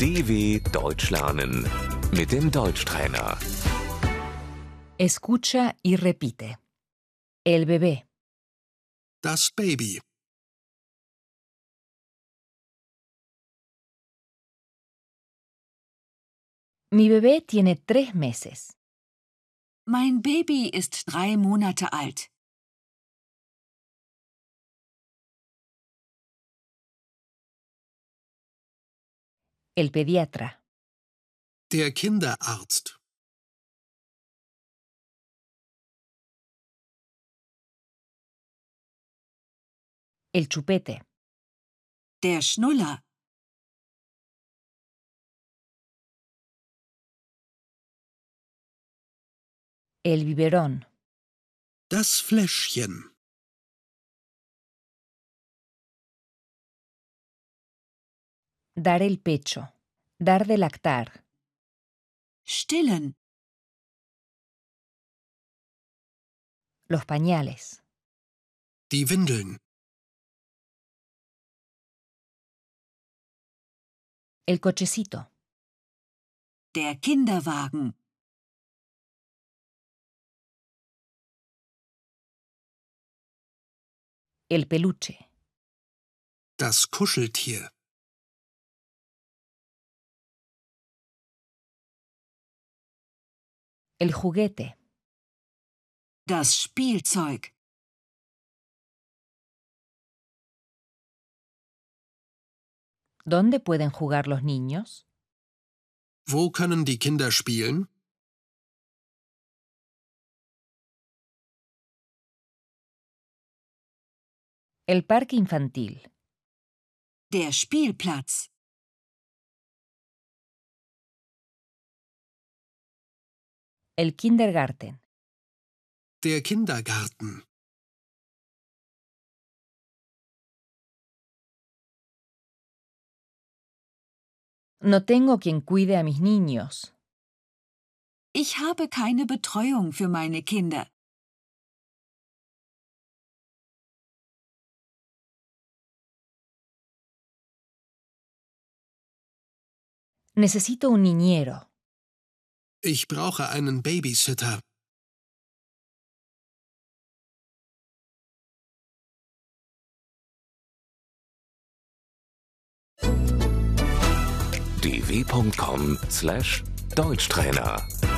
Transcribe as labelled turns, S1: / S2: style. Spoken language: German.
S1: DW Deutsch lernen mit dem Deutschtrainer.
S2: Escucha y repite. El bebé,
S3: Das Baby.
S2: mi bebé tiene tres meses.
S4: Mein Baby ist drei Monate alt.
S2: El pediatra,
S3: Der Kinderarzt.
S2: el chupete,
S4: Der Schnuller.
S2: el biberón,
S3: Das Fläschchen.
S2: dar el pecho, dar de lactar,
S4: Stillen.
S2: los pañales,
S3: Die Windeln.
S2: el cochecito,
S4: Der Kinderwagen.
S2: el peluche,
S3: Das Kuscheltier.
S2: el juguete,
S4: Das Spielzeug.
S2: ¿Dónde pueden jugar los niños?
S3: Wo können die Kinder spielen?
S2: El parque infantil,
S4: Der Spielplatz.
S2: el kindergarten,
S3: Der Kindergarten.
S2: No tengo quien cuide a mis niños.
S4: Ich habe keine Betreuung für meine Kinder.
S2: Necesito un niñero.
S3: Ich brauche einen Babysitter.
S1: dw.com/deutschtrainer